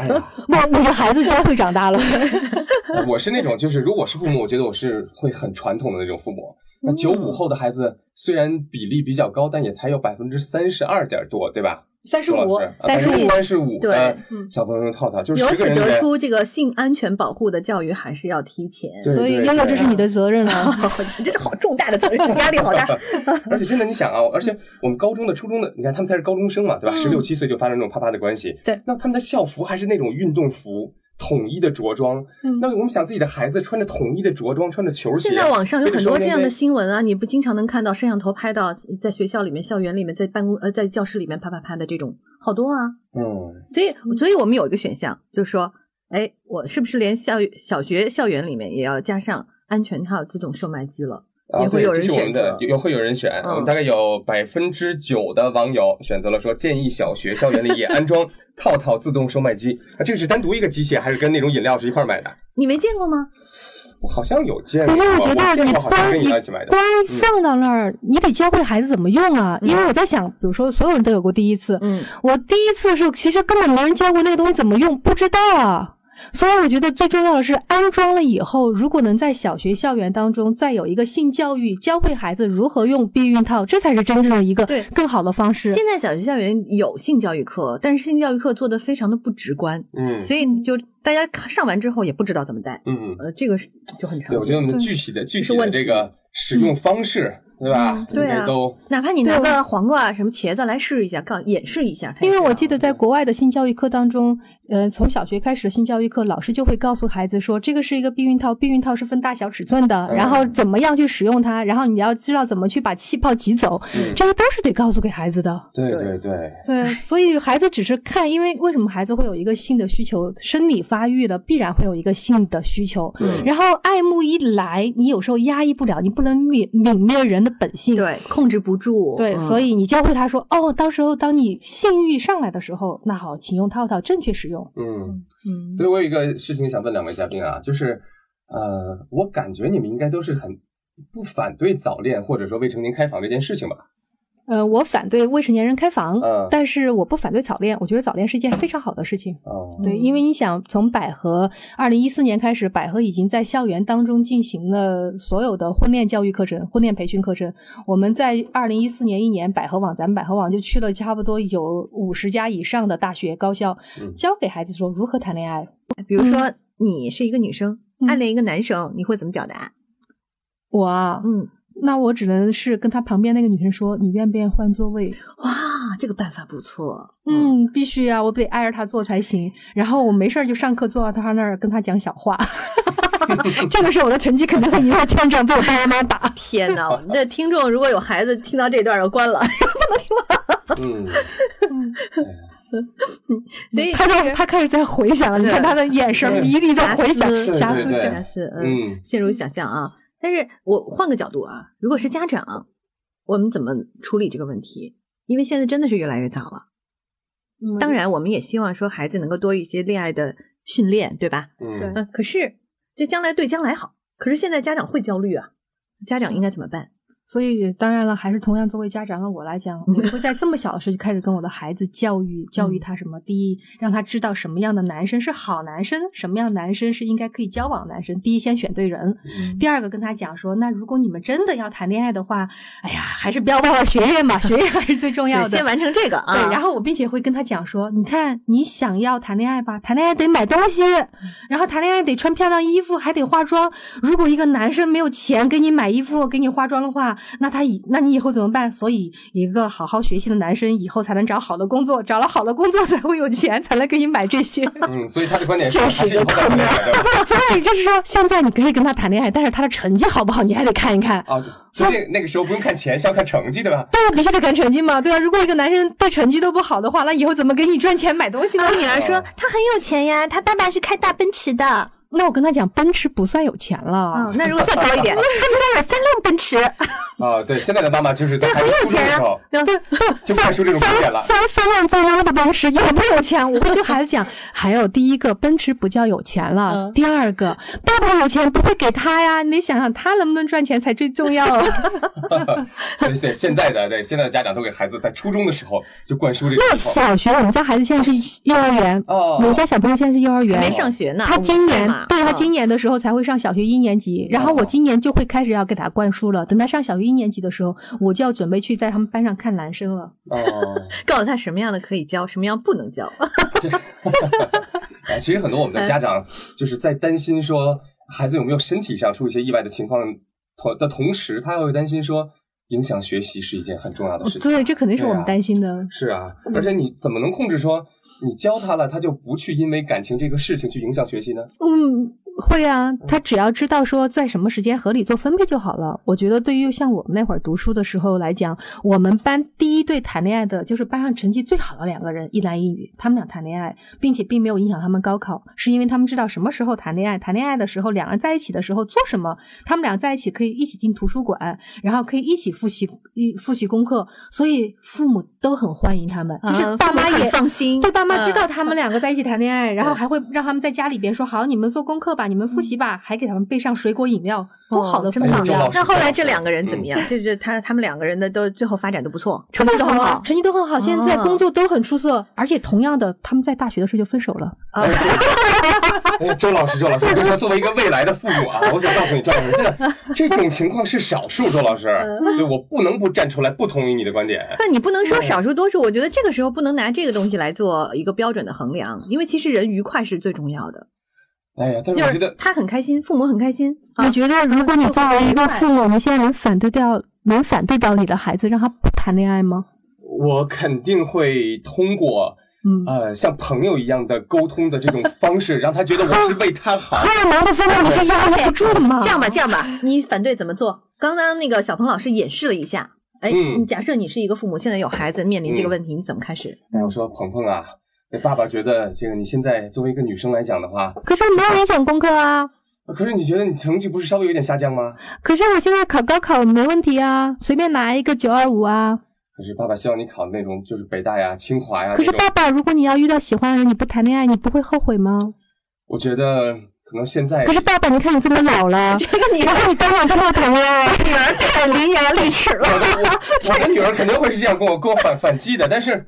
Speaker 3: 哎呀，
Speaker 5: 我我的孩子将会长大 了，
Speaker 3: 我是那种就是如果是父母，我觉得我是会很传统的那种父母。那九
Speaker 1: 嗯
Speaker 3: 五后的孩子虽然比例比较高，但也才有百分之三十二点多，对吧？
Speaker 5: 三十
Speaker 3: 朱
Speaker 5: 五
Speaker 3: 老师，啊
Speaker 5: 三十五。
Speaker 3: 三十五
Speaker 1: 对
Speaker 3: 的
Speaker 1: 嗯
Speaker 3: 小朋友套套，就是
Speaker 1: 由
Speaker 3: 十
Speaker 1: 此
Speaker 3: 个人里
Speaker 1: 得
Speaker 3: 面
Speaker 1: 出这个性安全保护的教育还是要提前。
Speaker 3: 对
Speaker 5: 所以
Speaker 3: 对
Speaker 5: 悠悠，这是
Speaker 3: 对
Speaker 5: 你的责 任了。
Speaker 1: 这是好重大的责任，压力好大。
Speaker 3: 而且真的，你想啊，而且我们高中的、初中的，你看他们
Speaker 1: 嗯
Speaker 3: 才是高中生嘛，对吧？十六七岁就发生这种啪啪的关系，
Speaker 5: 对，
Speaker 3: 那他们的校服还是那种运动服。统一的着装。
Speaker 5: 嗯
Speaker 3: 那我们想自己的孩子穿着统一的着装，穿着球鞋，
Speaker 1: 现在网上有
Speaker 3: 背着
Speaker 1: 很多
Speaker 3: 双
Speaker 1: 这
Speaker 3: 肩
Speaker 1: 样的
Speaker 3: 背
Speaker 1: 新闻啊，你不经常能看到摄像头拍到在学校里面、校园里面、在办公呃在教室里面啪啪啪的这种，好多啊。
Speaker 3: 嗯，
Speaker 1: 所以，所以我们有一个选项，就是说，哎，我是不是连校小学校园里面也要加上安全套自动售卖机了？
Speaker 3: 啊
Speaker 1: 也会
Speaker 3: 对
Speaker 1: 有人
Speaker 3: 这是我们
Speaker 1: 选
Speaker 3: 的
Speaker 1: 择
Speaker 3: 有有会有人选，
Speaker 1: 嗯
Speaker 3: 我们大概有百分之九的网友选择了说建议小学校园里也安装 套套自动售卖机。啊，这个是单独一个机械，还是跟那种饮料是一块儿买的？
Speaker 1: 你没见过吗？
Speaker 3: 我好像有见过，
Speaker 5: 可是我
Speaker 3: 我
Speaker 5: 觉得
Speaker 3: 见
Speaker 5: 你
Speaker 3: 过好像
Speaker 5: 光
Speaker 3: 跟饮
Speaker 5: 你
Speaker 3: 料一起买的
Speaker 5: 光。
Speaker 1: 嗯
Speaker 5: 放到那儿，你得教会孩子怎么用啊。因为我在想，比如说所有人都有过第一次，
Speaker 1: 嗯，
Speaker 5: 我第一次是其实根本没人教过那个东西怎么用，不知道啊。所以我觉得最重要的是，安装了以后，如果能在小学校园当中再有一个性教育，教会孩子如何用避孕套，这才是真正的一个
Speaker 1: 对
Speaker 5: 更好的方式。
Speaker 1: 现在小学校园有性教育课，但是性教育课做的非常的不直观，
Speaker 3: 嗯
Speaker 1: 所以就大家看上完之后也不知道怎么戴，
Speaker 3: 嗯，
Speaker 1: 呃，这个是就很常
Speaker 3: 对，我觉
Speaker 1: 见。
Speaker 3: 得我们
Speaker 5: 对
Speaker 3: 具体的具体
Speaker 1: 是
Speaker 3: 的
Speaker 1: 问
Speaker 3: 这
Speaker 1: 题嗯
Speaker 3: 个使用方式，对吧？
Speaker 5: 嗯
Speaker 1: 对
Speaker 3: 应该
Speaker 1: 啊
Speaker 3: 都
Speaker 1: 哪怕你拿
Speaker 5: 对
Speaker 1: 个黄瓜、啊什么茄子来试一下，告演示一下，啊
Speaker 5: 因为我记
Speaker 1: 得
Speaker 5: 得在国外的性教育课当中，呃，从小学开始的性教育课，老师就会告诉孩子说，这个是一个避孕套，避孕套是分大小尺寸的，
Speaker 3: 嗯
Speaker 5: 然后怎么样去使用它，然后你要知道怎么去把气泡挤走，
Speaker 3: 嗯
Speaker 5: 这些都是得告诉给孩子的。
Speaker 3: 对
Speaker 1: 对
Speaker 3: 对 对，
Speaker 5: 对，所以孩子只是看，因为为什么孩子会有一个性的需求？生理发育的必然会有一个性的需求，
Speaker 3: 嗯
Speaker 5: 然后爱慕一来，你有时候压抑不了，你不能泯泯灭人的本性。
Speaker 1: 对控制不住，
Speaker 5: 嗯对，
Speaker 1: 嗯
Speaker 5: 所以你教会他说，哦，到时候当你性欲上来的时候，那好，请用套套，正确使用。
Speaker 3: 嗯，
Speaker 1: 嗯
Speaker 3: 所以我有一个事情想问两位嘉宾啊，就是呃，我感觉你们应该都是很不反对早恋或者说未成年开房这件事情吧？
Speaker 5: 呃，我反对未成年人开房，
Speaker 3: 嗯
Speaker 5: 但是我不反对早恋，我觉得早恋是一件非常好的事情。
Speaker 3: 哦，
Speaker 5: 对，因为你想，从百合二零一四年开始，百合已经在校园当中进行了所有的婚恋教育课程、婚恋培训课程。我们在二零一四年一年，百合网咱们百合网就去了差不多有五十家以上的大学高校
Speaker 3: 嗯，
Speaker 5: 教给孩子说如何谈恋爱。
Speaker 1: 比如说你是一个女生，
Speaker 5: 嗯
Speaker 1: 暗恋一个男生，你会怎么表达？
Speaker 5: 我啊，
Speaker 1: 嗯，
Speaker 5: 那我只能是跟他旁边那个女生说：“你愿不愿意换座位
Speaker 1: 哇，这个办法不错，？”
Speaker 5: 嗯，必须啊，我得挨着他坐才行。然后我没事儿就上课坐到他那儿跟他讲小 话。 这个事儿我的成绩肯定会一落千丈，被我爸爸妈妈打。
Speaker 1: 天哪！那听众如果有孩子听到这段儿，要关 了。
Speaker 3: 嗯，
Speaker 1: 所以
Speaker 5: 他在他开始在回想了，你
Speaker 1: 对
Speaker 5: 看他的眼神迷离在回想，
Speaker 1: 对
Speaker 5: 瑕
Speaker 3: 对
Speaker 5: 疵
Speaker 3: 对
Speaker 5: 性。
Speaker 1: 瑕疵，嗯，
Speaker 3: 嗯，
Speaker 1: 陷入想象啊。但是我换个角度啊，如果是家长，我们怎么处理这个问题？因为现在真的是越来越早了。当然，我们也希望说孩子能够多一些恋爱的训练，对吧？
Speaker 3: 嗯
Speaker 5: 对
Speaker 1: 嗯，可是这将来对将来好。可是现在家长会焦虑啊，家长应该怎么办？
Speaker 5: 所以当然了，还是同样作为家长的我来讲，我就会在这么小的时候就开始跟我的孩子教育教
Speaker 1: 嗯
Speaker 5: 育他什么。第一，让他知道什么样的男生是好男生，什么样的男生是应该可以交往的男生。第一，先选对人。
Speaker 1: 嗯
Speaker 5: 第二个跟他讲说，那如果你们真的要谈恋爱的话，哎呀，还是不要忘了学业嘛，学业还是最重要
Speaker 1: 对
Speaker 5: 的。
Speaker 1: 先完成这个啊，
Speaker 5: 对，然后我并且会跟他讲说，你看你想要谈恋爱吧，谈恋爱得买东西，然后谈恋爱得穿漂亮衣服，还得化妆。如果一个男生没有钱给你买衣服、给你化妆的话，那他以那你以后怎么办？所以一个好好学习的男生以后才能找好的工作，找了好的工作才会有钱，才能给你买这 些。
Speaker 3: 嗯，所以他的观点是
Speaker 5: 这
Speaker 3: 还
Speaker 5: 是
Speaker 3: 是以
Speaker 5: 个
Speaker 3: 后再谈
Speaker 5: 困
Speaker 3: 恋
Speaker 5: 难
Speaker 3: 爱对吧？
Speaker 5: 所以就是说，现在你可以跟他谈恋爱，但是他的成绩好不好，你还得看一看。
Speaker 3: 啊，所以那个时候不用看钱，是要看成绩对吧？
Speaker 5: 对啊，必须得看成绩嘛，对啊。如果一个男生对成绩都不好的话，那以后怎么给你赚钱买东西呢？
Speaker 1: 女儿说她很有钱呀，她爸爸是开大奔驰的。
Speaker 5: 那我跟他讲，奔驰不算有钱了。
Speaker 1: 嗯，那如果再高一 点，
Speaker 5: 买三辆奔驰，
Speaker 3: 啊，对，现在的妈妈就是在孩子初中的
Speaker 5: 啊
Speaker 3: 时候
Speaker 5: 对，
Speaker 3: 就看出这种观点了。
Speaker 5: 三三辆最拉的奔驰也不有钱。我会跟孩子讲，还有第一个，奔驰不叫有钱了；
Speaker 1: 嗯
Speaker 5: 第二个，爸爸有钱不会给他呀，你得想想他能不能赚钱才最重要啊。
Speaker 3: 所以现现在的对现在的家长都给孩子在初中的时候就灌输这
Speaker 5: 那
Speaker 3: 种情况。
Speaker 5: 小学，我们家孩子现在是幼儿园，
Speaker 3: 哦
Speaker 5: 我们家小朋友现在是幼儿园，
Speaker 1: 没上学呢。
Speaker 5: 他今
Speaker 1: 五岁
Speaker 5: 年
Speaker 1: 嘛
Speaker 5: 对他
Speaker 1: 嗯哦
Speaker 5: 今年的时候才会上小学一年级，然后我今年就会开始要给他灌输了。等他上小学一年级的时候，我就要准备去在他们班上看男生了。
Speaker 3: 哦，
Speaker 1: 告诉他什么样的可以教，什么样不能教。
Speaker 3: 哎，其实很多我们
Speaker 5: 嗯
Speaker 3: 的家长就是在担心说孩子有没有身体上出一些意外的情况，同的同时，他还会担心说影响学习是一件很重要的事情。
Speaker 5: 对，这肯定是我
Speaker 3: 对
Speaker 5: 们
Speaker 3: 啊
Speaker 5: 担心的。
Speaker 3: 是啊，而且你怎么能控制说你教他了，他就不去因为感情这个事情去影响学习呢？
Speaker 5: 嗯，会啊，他只要知道说在什么时间合理做分配就好了。我觉得对于像我们那会儿读书的时候来讲，我们班第一对谈恋爱的就是班上成绩最好的两个人，一男一女，他们俩谈恋爱，并且并没有影响他们高考，是因为他们知道什么时候谈恋爱，谈恋爱的时候两人在一起的时候做什么，他们俩在一起可以一起进图书馆，然后可以一起复习一复习功课，所以父母都很欢迎他们， 就是
Speaker 1: 啊
Speaker 5: 爸妈
Speaker 1: 父母很
Speaker 5: 也
Speaker 1: 放心，
Speaker 5: 对，爸妈知
Speaker 1: 嗯
Speaker 5: 道他们两个在一起谈恋爱，然后还会让他们在家里边说好，你们做功课吧，你们复习吧，还给他们备上水果饮料，多嗯哦好的啊父
Speaker 1: 真
Speaker 5: 母
Speaker 1: 棒
Speaker 3: 周老
Speaker 5: 呀！
Speaker 3: 师
Speaker 1: 那后来这
Speaker 3: 这样
Speaker 1: 两个人怎么 样？就是他他们两个人的都最后发展都不错，成
Speaker 5: 特
Speaker 1: 绩
Speaker 5: 别
Speaker 1: 都很好。
Speaker 5: 成绩都很好，啊嗯现在工作都很出色，而且同样的，他们在大学的时候就分手了。
Speaker 3: 哎，周老师，周老师，我跟你说，作为一个未来的父母啊，我想告诉你，周老师，真的这种情况是少数。周老师，对我不能不站出来，不同意你的观点。
Speaker 1: 那你不能说少数多数，我觉得这个时候不能拿这个东西来做一个标准的衡量，因为其实人愉快是最重要的。
Speaker 3: 哎呀，但是
Speaker 1: 要
Speaker 3: 我觉
Speaker 1: 是
Speaker 3: 得，
Speaker 1: 他很开心，父母很开心，
Speaker 5: 我
Speaker 1: 啊，
Speaker 5: 觉得，如果你作为一个父母，你现在能反对掉，能反对掉你的孩子，让他不谈恋爱吗？
Speaker 3: 我肯定会通过
Speaker 5: 嗯，
Speaker 3: 呃像朋友一样的沟通的这种方式，让他觉得我是为他好。
Speaker 5: 尔蒙的分泌你是压抑不住的嘛
Speaker 3: 啊
Speaker 1: 这样吧，这样吧，你反对怎么做？刚刚那个小鹏老师演示了一下。哎，
Speaker 3: 嗯
Speaker 1: 你假设你是一个父母，现在有孩子面临这个问题，你怎么开始？
Speaker 3: 哎，我说鹏鹏啊，哎爸爸觉得这个你现在作为一个女生来讲的话，
Speaker 5: 可是没有影响功课啊，
Speaker 3: 可是你觉得你成绩不是稍微有点下降吗？
Speaker 5: 可是我现在考高考没问题啊，随便拿一个九二五啊。
Speaker 3: 可是爸爸希望你考那种就是北大呀、清华呀
Speaker 5: 可
Speaker 3: 那
Speaker 5: 是
Speaker 3: 种。
Speaker 5: 爸爸，如果你要遇到喜欢的人，你不谈恋爱，你不会后悔吗？
Speaker 3: 我觉得可能现在
Speaker 5: 可是爸爸，你看你这么老 了，这个你然后你当晚跟我谈恋 爱，女儿太伶牙俐齿了。
Speaker 3: 我的我我的女儿肯定会是这样跟我跟我反反击的，但是，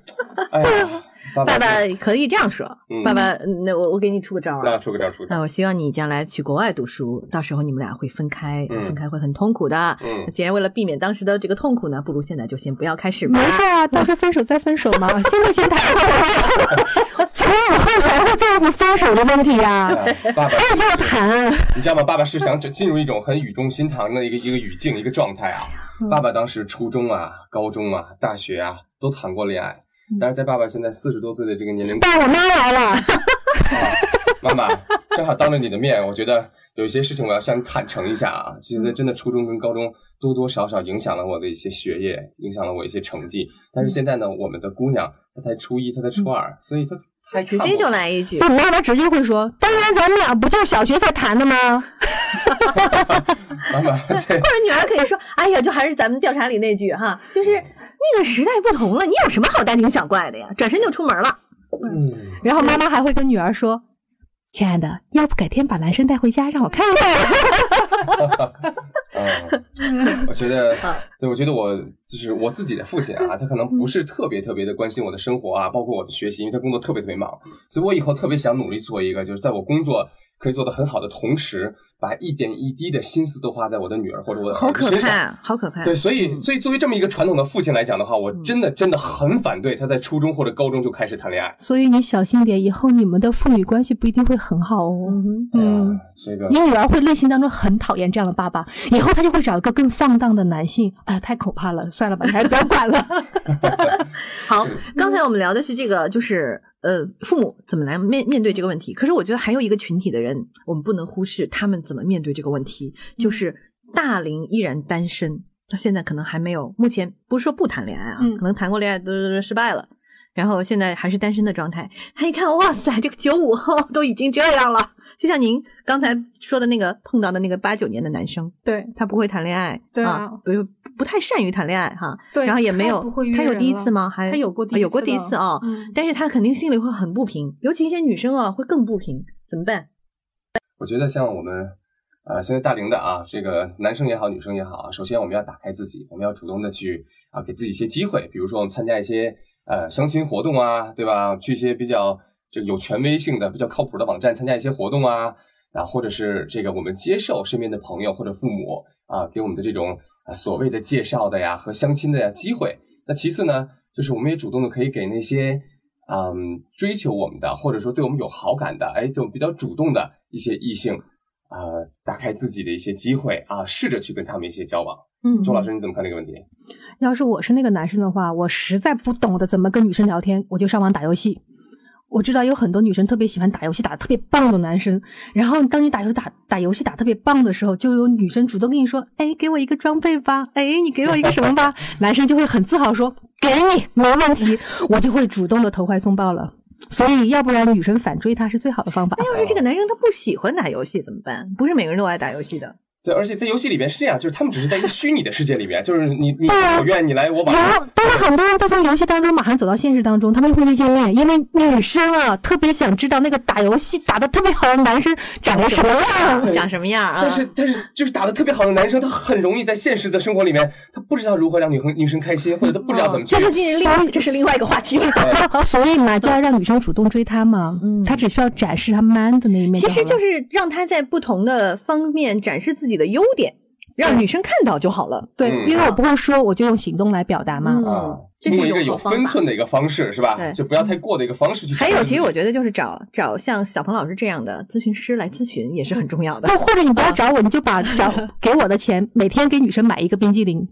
Speaker 3: 哎呀，爸
Speaker 1: 爸
Speaker 3: 爸，
Speaker 1: 爸可以这样说，
Speaker 3: 嗯
Speaker 1: 爸爸，那我我给你出个招啊
Speaker 3: 那。出个招出个
Speaker 1: 那
Speaker 3: 招，
Speaker 1: 我希望你将来去国外读书，到时候你们俩会分开，
Speaker 3: 嗯
Speaker 1: 分开会很痛苦的。
Speaker 3: 嗯
Speaker 1: 既然为了避免当时的这个痛苦呢，不如现在就先不要开始吧
Speaker 5: 没。事啊，到时候分手再分手 嘛，现在先谈。前有后才会在乎分手的问题呀
Speaker 3: 哎爸爸，
Speaker 5: 这样谈，
Speaker 3: 你知道吗？爸爸是想只进入一种很语重心长的一个一个语境一个状态啊。
Speaker 5: 嗯
Speaker 3: 爸爸当时初中啊、高中啊、大学啊都谈过恋爱，
Speaker 5: 嗯
Speaker 3: 但是在爸爸现在四十多岁的这个年龄，
Speaker 5: 爸，我妈来 了，
Speaker 3: 妈妈正好当着你的面，我觉得有一些事情我要向你坦诚一下啊。其实真的初中跟高中多多少少影响了我的一些学业，影响了我一些成绩。但是现在呢，我们的姑娘她才初一，她才初二，所以她她还
Speaker 1: 嗯直
Speaker 3: 看
Speaker 1: 接
Speaker 3: 不
Speaker 1: 就来一句，
Speaker 5: 我妈妈直接会说，当然咱们俩不就是小学才谈的吗？
Speaker 3: 妈妈 这
Speaker 1: 或者女儿可以说：“哎呀，就还是咱们调查里那句哈，就是那个时代不同了，你有什么好大惊小怪的呀？转身就出门了。
Speaker 3: 嗯，
Speaker 5: 然后妈妈还会跟女儿说：“亲爱的，要不改天把男生带回家让我看看。
Speaker 3: 嗯，我觉得，对，我觉得我就是我自己的父亲啊，他可能不是特别特别的关心我的生活啊，包括我的学习，因为他工作特别特别忙，所以我以后特别想努力做一个，就是在我工作可以做得很好的同时，把一点一滴的心思都花在我的女儿或者我”的
Speaker 1: 好
Speaker 3: 儿子
Speaker 1: 可
Speaker 3: 身上。
Speaker 1: 怕，哎嗯好可怕！
Speaker 3: 对，所以所以作为这么一个传统的父亲来讲的话，我
Speaker 1: 嗯
Speaker 3: 真的真的很反对他在初中或者高中就开始谈恋爱。
Speaker 5: 所以你小心点，以后你们的父女关系不一定会很好哦。
Speaker 1: 嗯
Speaker 5: 嗯
Speaker 3: 哎呀，这个
Speaker 5: 你女儿会内心当中很讨厌这样的爸爸，以后她就会找一个更放荡的男性。哎呀，太可怕了，算了吧，你还是不要管了。
Speaker 1: 哼，好，刚才我们聊的是这个，就是呃，父母怎么来面面对这个问题。可是我觉得还有一个群体的人，我们不能忽视他们怎么面对这个问题，
Speaker 5: 嗯
Speaker 1: 就是大龄依然单身，到现在可能还没有，目前不是说不谈恋爱啊，
Speaker 5: 嗯
Speaker 1: 可能谈过恋爱都都都失败了。然后现在还是单身的状态，他一看，哇塞，这个九五后都已经这样了， 就像您刚才说的那个碰到的那个八九年的男生，
Speaker 5: 对
Speaker 1: 他不会谈恋爱，
Speaker 5: 对
Speaker 1: 啊
Speaker 5: 啊，
Speaker 1: 比如不太善于谈恋爱哈，
Speaker 5: 对
Speaker 1: 然后也没有，
Speaker 5: 太不会约
Speaker 1: 他有
Speaker 5: 人
Speaker 1: 第一
Speaker 5: 了
Speaker 1: 次吗？还
Speaker 5: 哦他有过第
Speaker 1: 啊
Speaker 5: 一
Speaker 1: 有过
Speaker 5: 次
Speaker 1: 第一
Speaker 5: 了
Speaker 1: 次啊、
Speaker 5: 嗯
Speaker 1: 但是他肯定心里会很不平，尤其一些女生啊会更不平，怎么办？
Speaker 3: 我觉得像我们呃现在大龄的啊，这个男生也好，女生也好啊，首先我们要打开自己，我们要主动的去啊给自己一些机会，比如说我们参加一些呃相亲活动啊，对吧？去一些比较这个有权威性的、比较靠谱的网站参加一些活动啊，啊，或者是这个我们接受身边的朋友或者父母啊给我们的这种啊所谓的介绍的呀和相亲的呀机会。那其次呢，就是我们也主动的可以给那些嗯追求我们的，或者说对我们有好感的，哎，这种比较主动的一些异性，呃，打开自己的一些机会啊，试着去跟他们一些交往。
Speaker 1: 嗯，
Speaker 3: 周老师你怎么看这个问题？
Speaker 5: 要是我是那个男生的话，我实在不懂得怎么跟女生聊天，我就上网打游戏。我知道有很多女生特别喜欢打游戏，打的特别棒的男生。然后当你打游打打游戏打得特别棒的时候，就有女生主动跟你说：“哎，给我一个装备吧，哎，你给我一个什么吧。”男生就会很自豪说：“给你，没问题。”我就会主动的投怀送抱了。所以，要不然女生反追他是最好的方法。
Speaker 1: 哎要是这个男生他不喜欢打游戏怎么办？不是每个人都爱打游戏的。
Speaker 3: 对，而且在游戏里边是这样，就是他们只是在一个虚拟的世 界里边，就是你你
Speaker 1: 啊
Speaker 3: 我愿你来我往，啊
Speaker 5: 然后，当然很多人都从游戏当中马上走到现实当中，他们会异性恋，因为女生啊特别想知道那个打游戏打的特别好的男生长得什么 样。
Speaker 3: 对
Speaker 1: 长什么样啊？
Speaker 3: 但是但是就是打的特别好的男生，他很容易在现实的生活里面，他不知道如何让女生女生开心，或者他不知道怎么
Speaker 1: 嗯
Speaker 3: 去。
Speaker 1: 这个是另外，这是另外一个话题 了。
Speaker 5: 所以嘛，就要让女生主动追他嘛，嗯他只需要展示他 man 的那一面
Speaker 1: 其
Speaker 5: 好了。
Speaker 1: 实就是让他在不同的方面展示自己的优点，让女生看到就好了。
Speaker 5: 对，
Speaker 3: 嗯
Speaker 5: 因为我不会说，我就用行动来表达嘛。
Speaker 3: 啊，
Speaker 1: 嗯这
Speaker 3: 通
Speaker 1: 是
Speaker 3: 过一个
Speaker 1: 种
Speaker 3: 有
Speaker 1: 好方
Speaker 3: 分
Speaker 1: 法
Speaker 3: 寸的一个方式是吧
Speaker 1: 对？嗯
Speaker 3: 就不要太过的一个方式去。
Speaker 1: 还有，其实我觉得就是找找像小鹏老师这样的咨询师来咨询也是很重要的。
Speaker 5: 那或者你不要找我，你就把找给我的钱，每天给女生买一个冰激凌，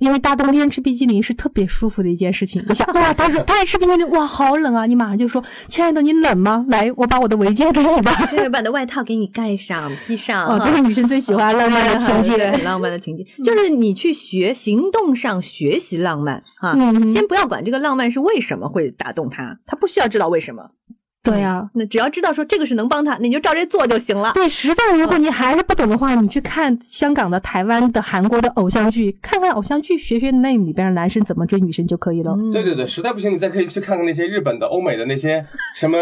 Speaker 5: 因为大冬天吃冰激凌是特别舒服的一件事情。你想，哇，当时当时吃冰激凌，哇，好冷啊！你马上就说，亲爱的，你冷吗？来，我把我的围巾给你 吧。
Speaker 1: 对，把你的外套给你盖上、披上，
Speaker 5: 哦，这是女生最喜欢浪漫的情
Speaker 1: 对
Speaker 5: 节
Speaker 1: 很。浪漫的情 节，就是你去学行动上学习浪漫啊。
Speaker 5: 嗯
Speaker 1: 先不要管这个浪漫是为什么会打动他，他不需要知道为什么，
Speaker 5: 对啊，
Speaker 1: 那只要知道说这个是能帮他，你就照这做就行了。
Speaker 5: 对，实在如果你还是不懂的话，你去看香港的、台湾的、韩国的偶像剧，看看偶像剧，学学那里边的男生怎么追女生就可以了。
Speaker 1: 嗯
Speaker 3: 对对对，实在不行，你再可以去看看那些日本的、欧美的那些什 么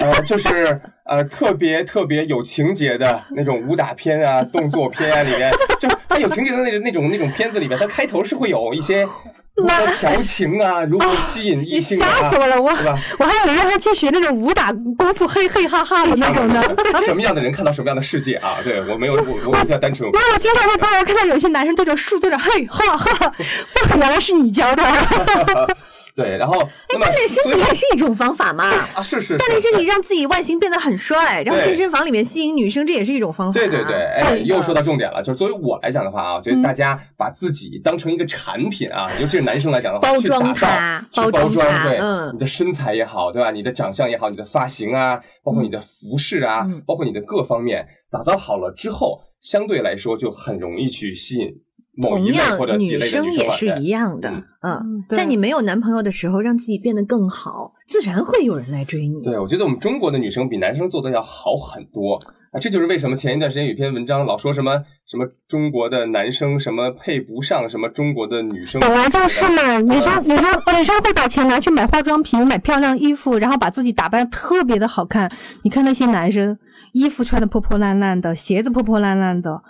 Speaker 3: 呃，就是呃特别特别有情节的那种武打片啊、动作片啊里面，就是它有情节的那那种那种片子里面，它开头是会有一 些如何调情啊、如何吸引异
Speaker 5: 你
Speaker 3: 性
Speaker 5: 吓
Speaker 3: 啊
Speaker 5: 死，我了！我
Speaker 3: 对吧？
Speaker 5: 我还有让他去学那种武打功夫，嘿嘿哈哈的那种的。
Speaker 3: 什么样的人看到什么样的世界啊？对我没有，我我比较单纯。
Speaker 5: 那我经常在公园看到有些男生对着树对着嘿哈哈，哇，原来是你教的啊。
Speaker 3: 对，然
Speaker 5: 哎
Speaker 3: 后那么
Speaker 1: 哎锻炼身
Speaker 3: 所以
Speaker 1: 体也是一种方法嘛。
Speaker 3: 啊，是是
Speaker 1: 锻炼
Speaker 3: 是。
Speaker 1: 身体，让自己外形变得很帅，然后
Speaker 3: 对
Speaker 1: 健身房里面吸引女生，这也是一种方法。
Speaker 3: 对对对，，哎，又说到重点了，就是作为我来讲的话啊，我觉得
Speaker 1: 嗯
Speaker 3: 大家把自己当成一个产品啊，尤其是男生来讲的话，
Speaker 1: 包
Speaker 3: 去
Speaker 1: 装
Speaker 3: 打造
Speaker 1: 它
Speaker 3: 去
Speaker 1: 包
Speaker 3: 包
Speaker 1: 装它
Speaker 3: 对，
Speaker 1: 嗯
Speaker 3: 你的身材也好，对吧？你的长相也好，你的发型啊，包括你的服饰啊，
Speaker 1: 嗯
Speaker 3: 包括你的各方面，打造好了之后，相对来说就很容易去吸引某
Speaker 1: 同
Speaker 3: 一类
Speaker 1: 样
Speaker 3: 或者几
Speaker 1: 女
Speaker 3: 类的
Speaker 1: 生
Speaker 3: 女生
Speaker 1: 也
Speaker 3: 吧。
Speaker 1: 是一
Speaker 3: 对
Speaker 1: 样的
Speaker 3: 嗯。
Speaker 1: 嗯，
Speaker 5: 对
Speaker 1: 在你没有男朋友的时候，让自己变得更好，自然会有人来追你。
Speaker 3: 对，我觉得我们中国的女生比男生做的要好很多啊，这就是为什么前一段时间有一篇文章老说什么什么中国的男生什么配不上什么中国的女生，
Speaker 5: 本来就是嘛，女生女生女生会把钱拿去买化妆品、买漂亮衣服，然后把自己打扮得特别的好看。你看那些男生，衣服穿的破破烂烂的，鞋子破破烂烂的，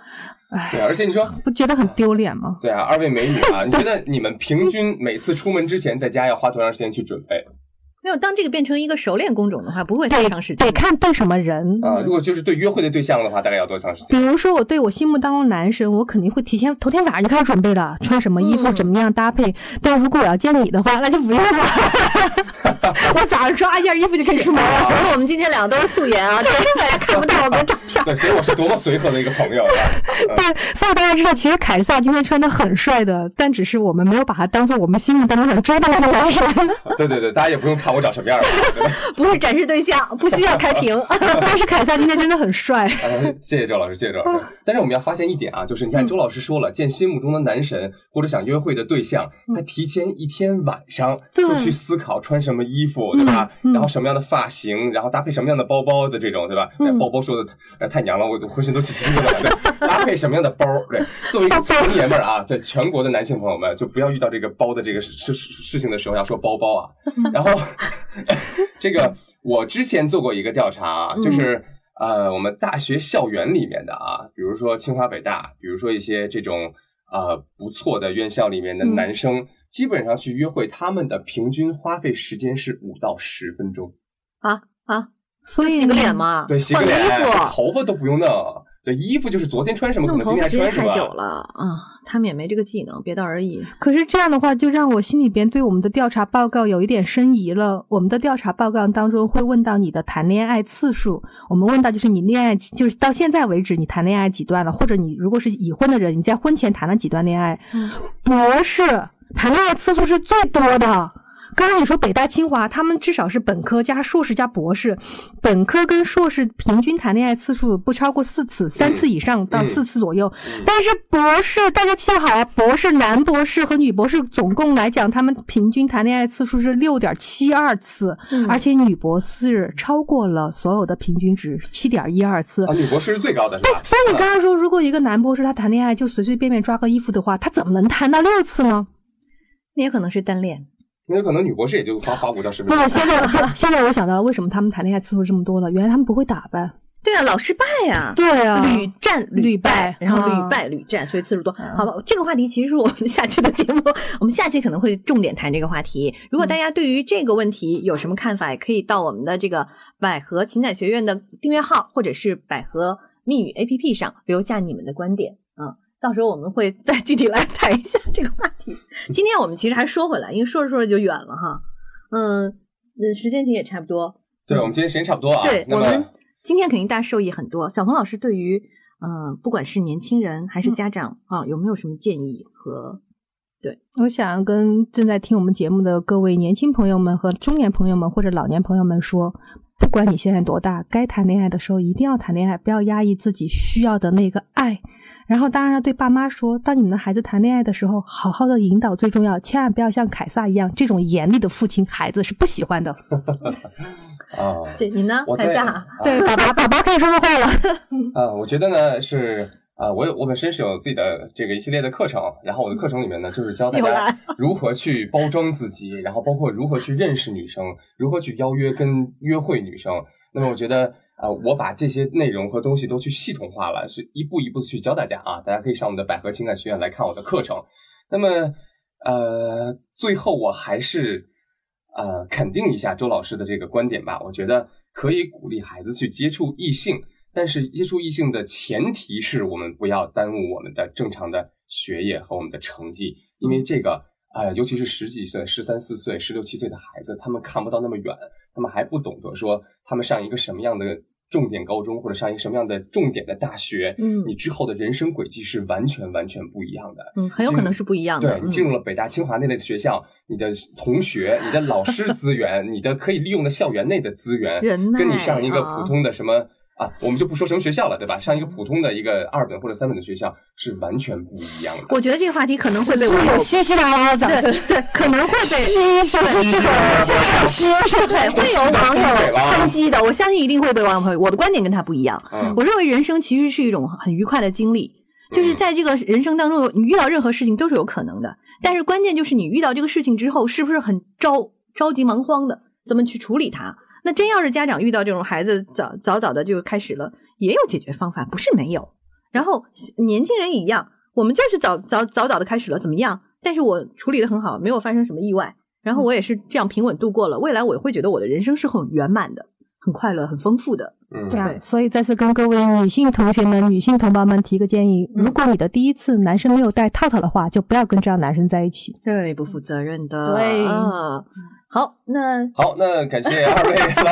Speaker 3: 对，而且你说
Speaker 5: 不觉得很丢脸吗？
Speaker 3: 对啊，二位美女啊，你觉得你们平均每次出门之前在家要花多长时间去准备
Speaker 1: 没有，当这个变成一个熟练工种的话，不会太
Speaker 5: 得
Speaker 1: 长时间
Speaker 5: 得。看对什么人。
Speaker 3: 啊？如果就是对约会的对象的话，大概要多长时
Speaker 5: 比
Speaker 3: 间？
Speaker 5: 如说，我对我心目当中男神，我肯定会提前头天晚上就开始准备了，穿什么衣服，
Speaker 1: 嗯
Speaker 5: 怎么样搭配。但如果我要见你的话，那就不用了。 我早上刷一件衣服就可以出门了。
Speaker 1: 所以 我们今天两个都是素颜啊，大家看不到我们的照片。
Speaker 3: 对，所以我是多么随和的一个朋友，啊是吧
Speaker 5: 但所以大家知道，其实凯撒今天穿的很帅的，但只是我们没有把他当做我们心目当中很追的那个男神。
Speaker 3: 嗯对对对，大家也不用看我长什么样啊了，对吧？
Speaker 1: 不是展示对象，不需要开屏。
Speaker 5: 但是凯撒今天真的很帅，
Speaker 3: 哎 谢谢周老师，谢谢周老师。但是我们要发现一点啊，就是你看周老师说了，见心目中的男神或者想约会的对象，他提前一天晚上
Speaker 5: 对
Speaker 3: 就去思考穿什么衣服，对吧？然后什么样的发型，然后搭配什么样的包包的这种，对吧？哎包包说的哎太娘了，我我浑身都起鸡皮疙瘩了。对搭配什么样的包？对，作为一个穷爷们儿啊，对全国的男性朋友们，就不要遇到这个包的这个事事事事情的时候要说包包啊。
Speaker 1: 嗯
Speaker 3: 然后这个我之前做过一个调查啊，就是。
Speaker 1: 嗯
Speaker 3: 呃，我们大学校园里面的啊，比如说清华、北大，比如说一些这种呃不错的院校里面
Speaker 1: 嗯
Speaker 3: 的男生，基本上去约会，他们的平均花费时间是五到十分钟。
Speaker 5: 所以
Speaker 1: 洗个脸？嘛，
Speaker 3: 对，洗个
Speaker 1: 换个
Speaker 3: 脸
Speaker 1: 衣服，
Speaker 3: 头发都不用弄，对，衣服就是昨天穿什么，可
Speaker 1: 弄
Speaker 3: 能今
Speaker 1: 头
Speaker 3: 天
Speaker 1: 发
Speaker 3: 还
Speaker 1: 时间
Speaker 3: 穿什
Speaker 1: 太
Speaker 3: 么。
Speaker 1: 久了啊。他们也没这个技能，别道而已。
Speaker 5: 可是这样的话，就让我心里边对我们的调查报告有一点深疑了。我们的调查报告当中会问到你的谈恋爱次数，我们问到就是你恋爱，就是到现在为止你谈恋爱几段了，或者你如果是已婚的人，你在婚前谈了几段恋爱？博士谈恋爱次数是最多的。刚才你说北大、清华，他们至少是本科加硕士加博士，本科跟硕士平均谈恋爱次数不超过四次，三次以上到
Speaker 6: 嗯
Speaker 5: 四次左右。但是博士，大家记好啊，博士男博士和女博士总共来讲，他们平均谈恋爱次数是六点七二次，而且女博士超过了所有的平均值七点一二次。
Speaker 6: 哦
Speaker 3: 啊，女博士是最高的是吧？啊
Speaker 5: 所以你刚刚说，如果一个男博士他谈恋爱就随随便便抓个衣服的话，他怎么能谈到六次呢？
Speaker 1: 那也可能是单恋，
Speaker 3: 那有可能女博士也就花花五到
Speaker 6: 嗯
Speaker 3: 十
Speaker 5: 不
Speaker 3: 分
Speaker 1: 嗯
Speaker 3: 钟，，
Speaker 5: 现在现现在我想到了，为什么他们谈恋爱次数这么多了？原来他们不会打扮。
Speaker 1: 对啊，老失败呀、
Speaker 5: 对啊
Speaker 1: 屡战
Speaker 5: 屡
Speaker 1: 屡
Speaker 5: 败
Speaker 1: 败，然后
Speaker 5: 啊
Speaker 1: 屡败屡战，所以次数多。好吧，这个话题其实是我们下期的节目，我们下期可能会重点谈这个话题。如果大家对于这个问题有什么看法，也可以到我们的这个百合情感学院的订阅号，或者是百合密语 APP 上留下你们的观点啊。到时候我们会再具体来谈一下这个话题。今天我们其实还说回来，因为说着说着就远了哈。嗯，嗯，时间其实也差不多。
Speaker 3: 对，我们今天时间差不多啊。
Speaker 1: 对，
Speaker 3: 那
Speaker 1: 我
Speaker 3: 么
Speaker 1: 们今天肯定大家受益很多。小红老师对于，呃，不管是年轻人还是
Speaker 3: 嗯
Speaker 1: 家长、啊，有没有什么建议和？
Speaker 5: 我想跟正在听我们节目的各位年轻朋友们和中年朋友们或者老年朋友们说，不管你现在多大，该谈恋爱的时候一定要谈恋爱，不要压抑自己需要的那个爱。然后，当然了，对爸妈说，当你们的孩子谈恋爱的时候，好好的引导最重要，千万不要像凯撒一样，这种严厉的父亲，孩子是不喜欢的。
Speaker 3: 啊，
Speaker 1: 对啊你呢，
Speaker 3: 我
Speaker 1: 台
Speaker 3: 在
Speaker 1: 下？
Speaker 5: 对，爸爸，爸爸可以说说话了。
Speaker 1: 嗯
Speaker 3: 啊，我觉得呢是啊，我有我本身是有自己的这个一系列的课程，然后我的课程里面呢就是教大
Speaker 1: 嗯又
Speaker 3: 家
Speaker 1: 来
Speaker 3: 如何去包装自己，然后包括如何去认识女生，如何去邀约跟约会女生。那么我觉得啊，我把这些内容和东西都去系统化了，是一步一步的去教大家啊，大家可以上我们的百合情感学院来看我的课程。那么呃，最后我还是呃肯定一下周老师的这个观点吧，我觉得可以鼓励孩子去接触异性。但是接触异性的前提是我们不要耽误我们的正常的学业和我们的成绩，因为这个，呃，尤其是十几岁、十三四岁、十六七岁的孩子，他们看不到那么远，他们还不懂得说他们上一个什么样的重点高中或者上一个什么样的重点的大学，
Speaker 1: 嗯
Speaker 3: 你之后的人生轨迹是完全完全不一样的。
Speaker 1: 嗯，很有可能是不一样的。嗯
Speaker 3: 对你进入了北大、清华那类的学校，你的同学、你的老师资源、你的可以利用的校园内的资 源，
Speaker 1: 人脉
Speaker 3: 跟你上一个
Speaker 1: 啊
Speaker 3: 普通的什么啊，我们就不说什么学校了，对吧？上一个普通的一个二本或者三本的学校是完全不一样的。
Speaker 1: 我觉得这个话题可能会被我有
Speaker 5: 稀稀拉拉的掌声，
Speaker 1: 对，可能会被 对会有网友抨击的，我相信一定会被网友抨击。我的观点跟他不一样，
Speaker 3: 嗯
Speaker 1: 我认为人生其实是一种很愉快的经历，就是在这个人生当中，你遇到任何事情都是有可能的，但是关键就是你遇到这个事情之后，是不是很着着急忙慌的，怎么去处理它？那真要是家长遇到这种孩子早早早的就开始了，也有解决方法，不是没有。然后年轻人一样，我们就是早早早早的开始了，怎么样？但是我处理的很好，没有发生什么意外，然后我也是这样平稳度过了。未来我也会觉得我的人生是很圆满的，很快乐，很丰富的。
Speaker 3: 嗯，
Speaker 5: 对啊
Speaker 1: 对，
Speaker 5: 所以再次跟各位女性同学们、女性同胞们提个建议：
Speaker 1: 嗯
Speaker 5: 如果你的第一次男生没有戴套套的话，就不要跟这样男生在一起。
Speaker 1: 对，不负
Speaker 7: 嗯
Speaker 1: 责任的。
Speaker 5: 对
Speaker 1: 啊，好，那
Speaker 3: 好，那感谢二位来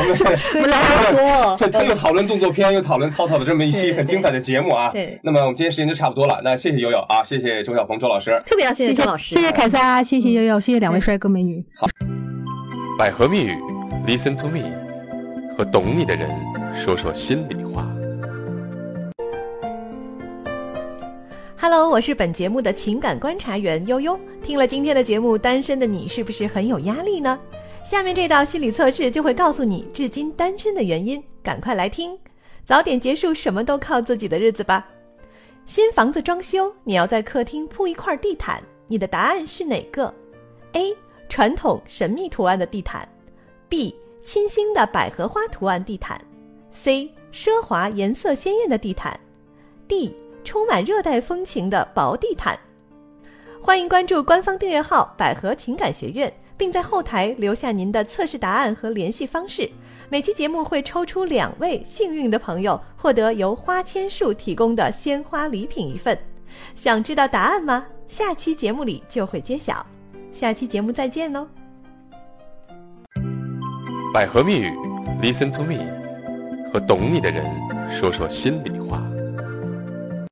Speaker 3: 我们。
Speaker 1: 好多
Speaker 3: 这他又讨论动作片，又讨论涛涛的这么一期
Speaker 1: 对
Speaker 3: 很精彩的节目啊
Speaker 1: 对。
Speaker 3: 那么我们今天时间就差不多了，那谢谢悠悠啊，谢谢周小鹏周老师。
Speaker 1: 特别要谢谢周老师，嗯
Speaker 5: 谢谢凯撒，谢谢悠悠，谢谢两位帅哥美女。
Speaker 2: 百合蜜语，Listen to me，和懂你的人说说心里话。
Speaker 7: Hello，我是本节目的情感观察员悠悠。听了今天的节目，单身的你是不是很有压力呢？下面这道心理测试就会告诉你至今单身的原因，赶快来听，早点结束什么都靠自己的日子吧。新房子装修，你要在客厅铺一块地毯，你的答案是哪个？A. 传统神秘图案的地毯，B. 清新的百合花图案地毯，C. 奢华颜色鲜艳的地毯。D 充满热带风情的薄地毯。欢迎关注官方订阅号“百合情感学院”，并在后台留下您的测试答案和联系方式。每期节目会抽出两位幸运的朋友，获得由花千树提供的鲜花礼品一份。想知道答案吗？下期节目里就会揭晓。下期节目再见哦喽！
Speaker 2: 百合蜜语，Listen to me，和懂你的人说说心里话。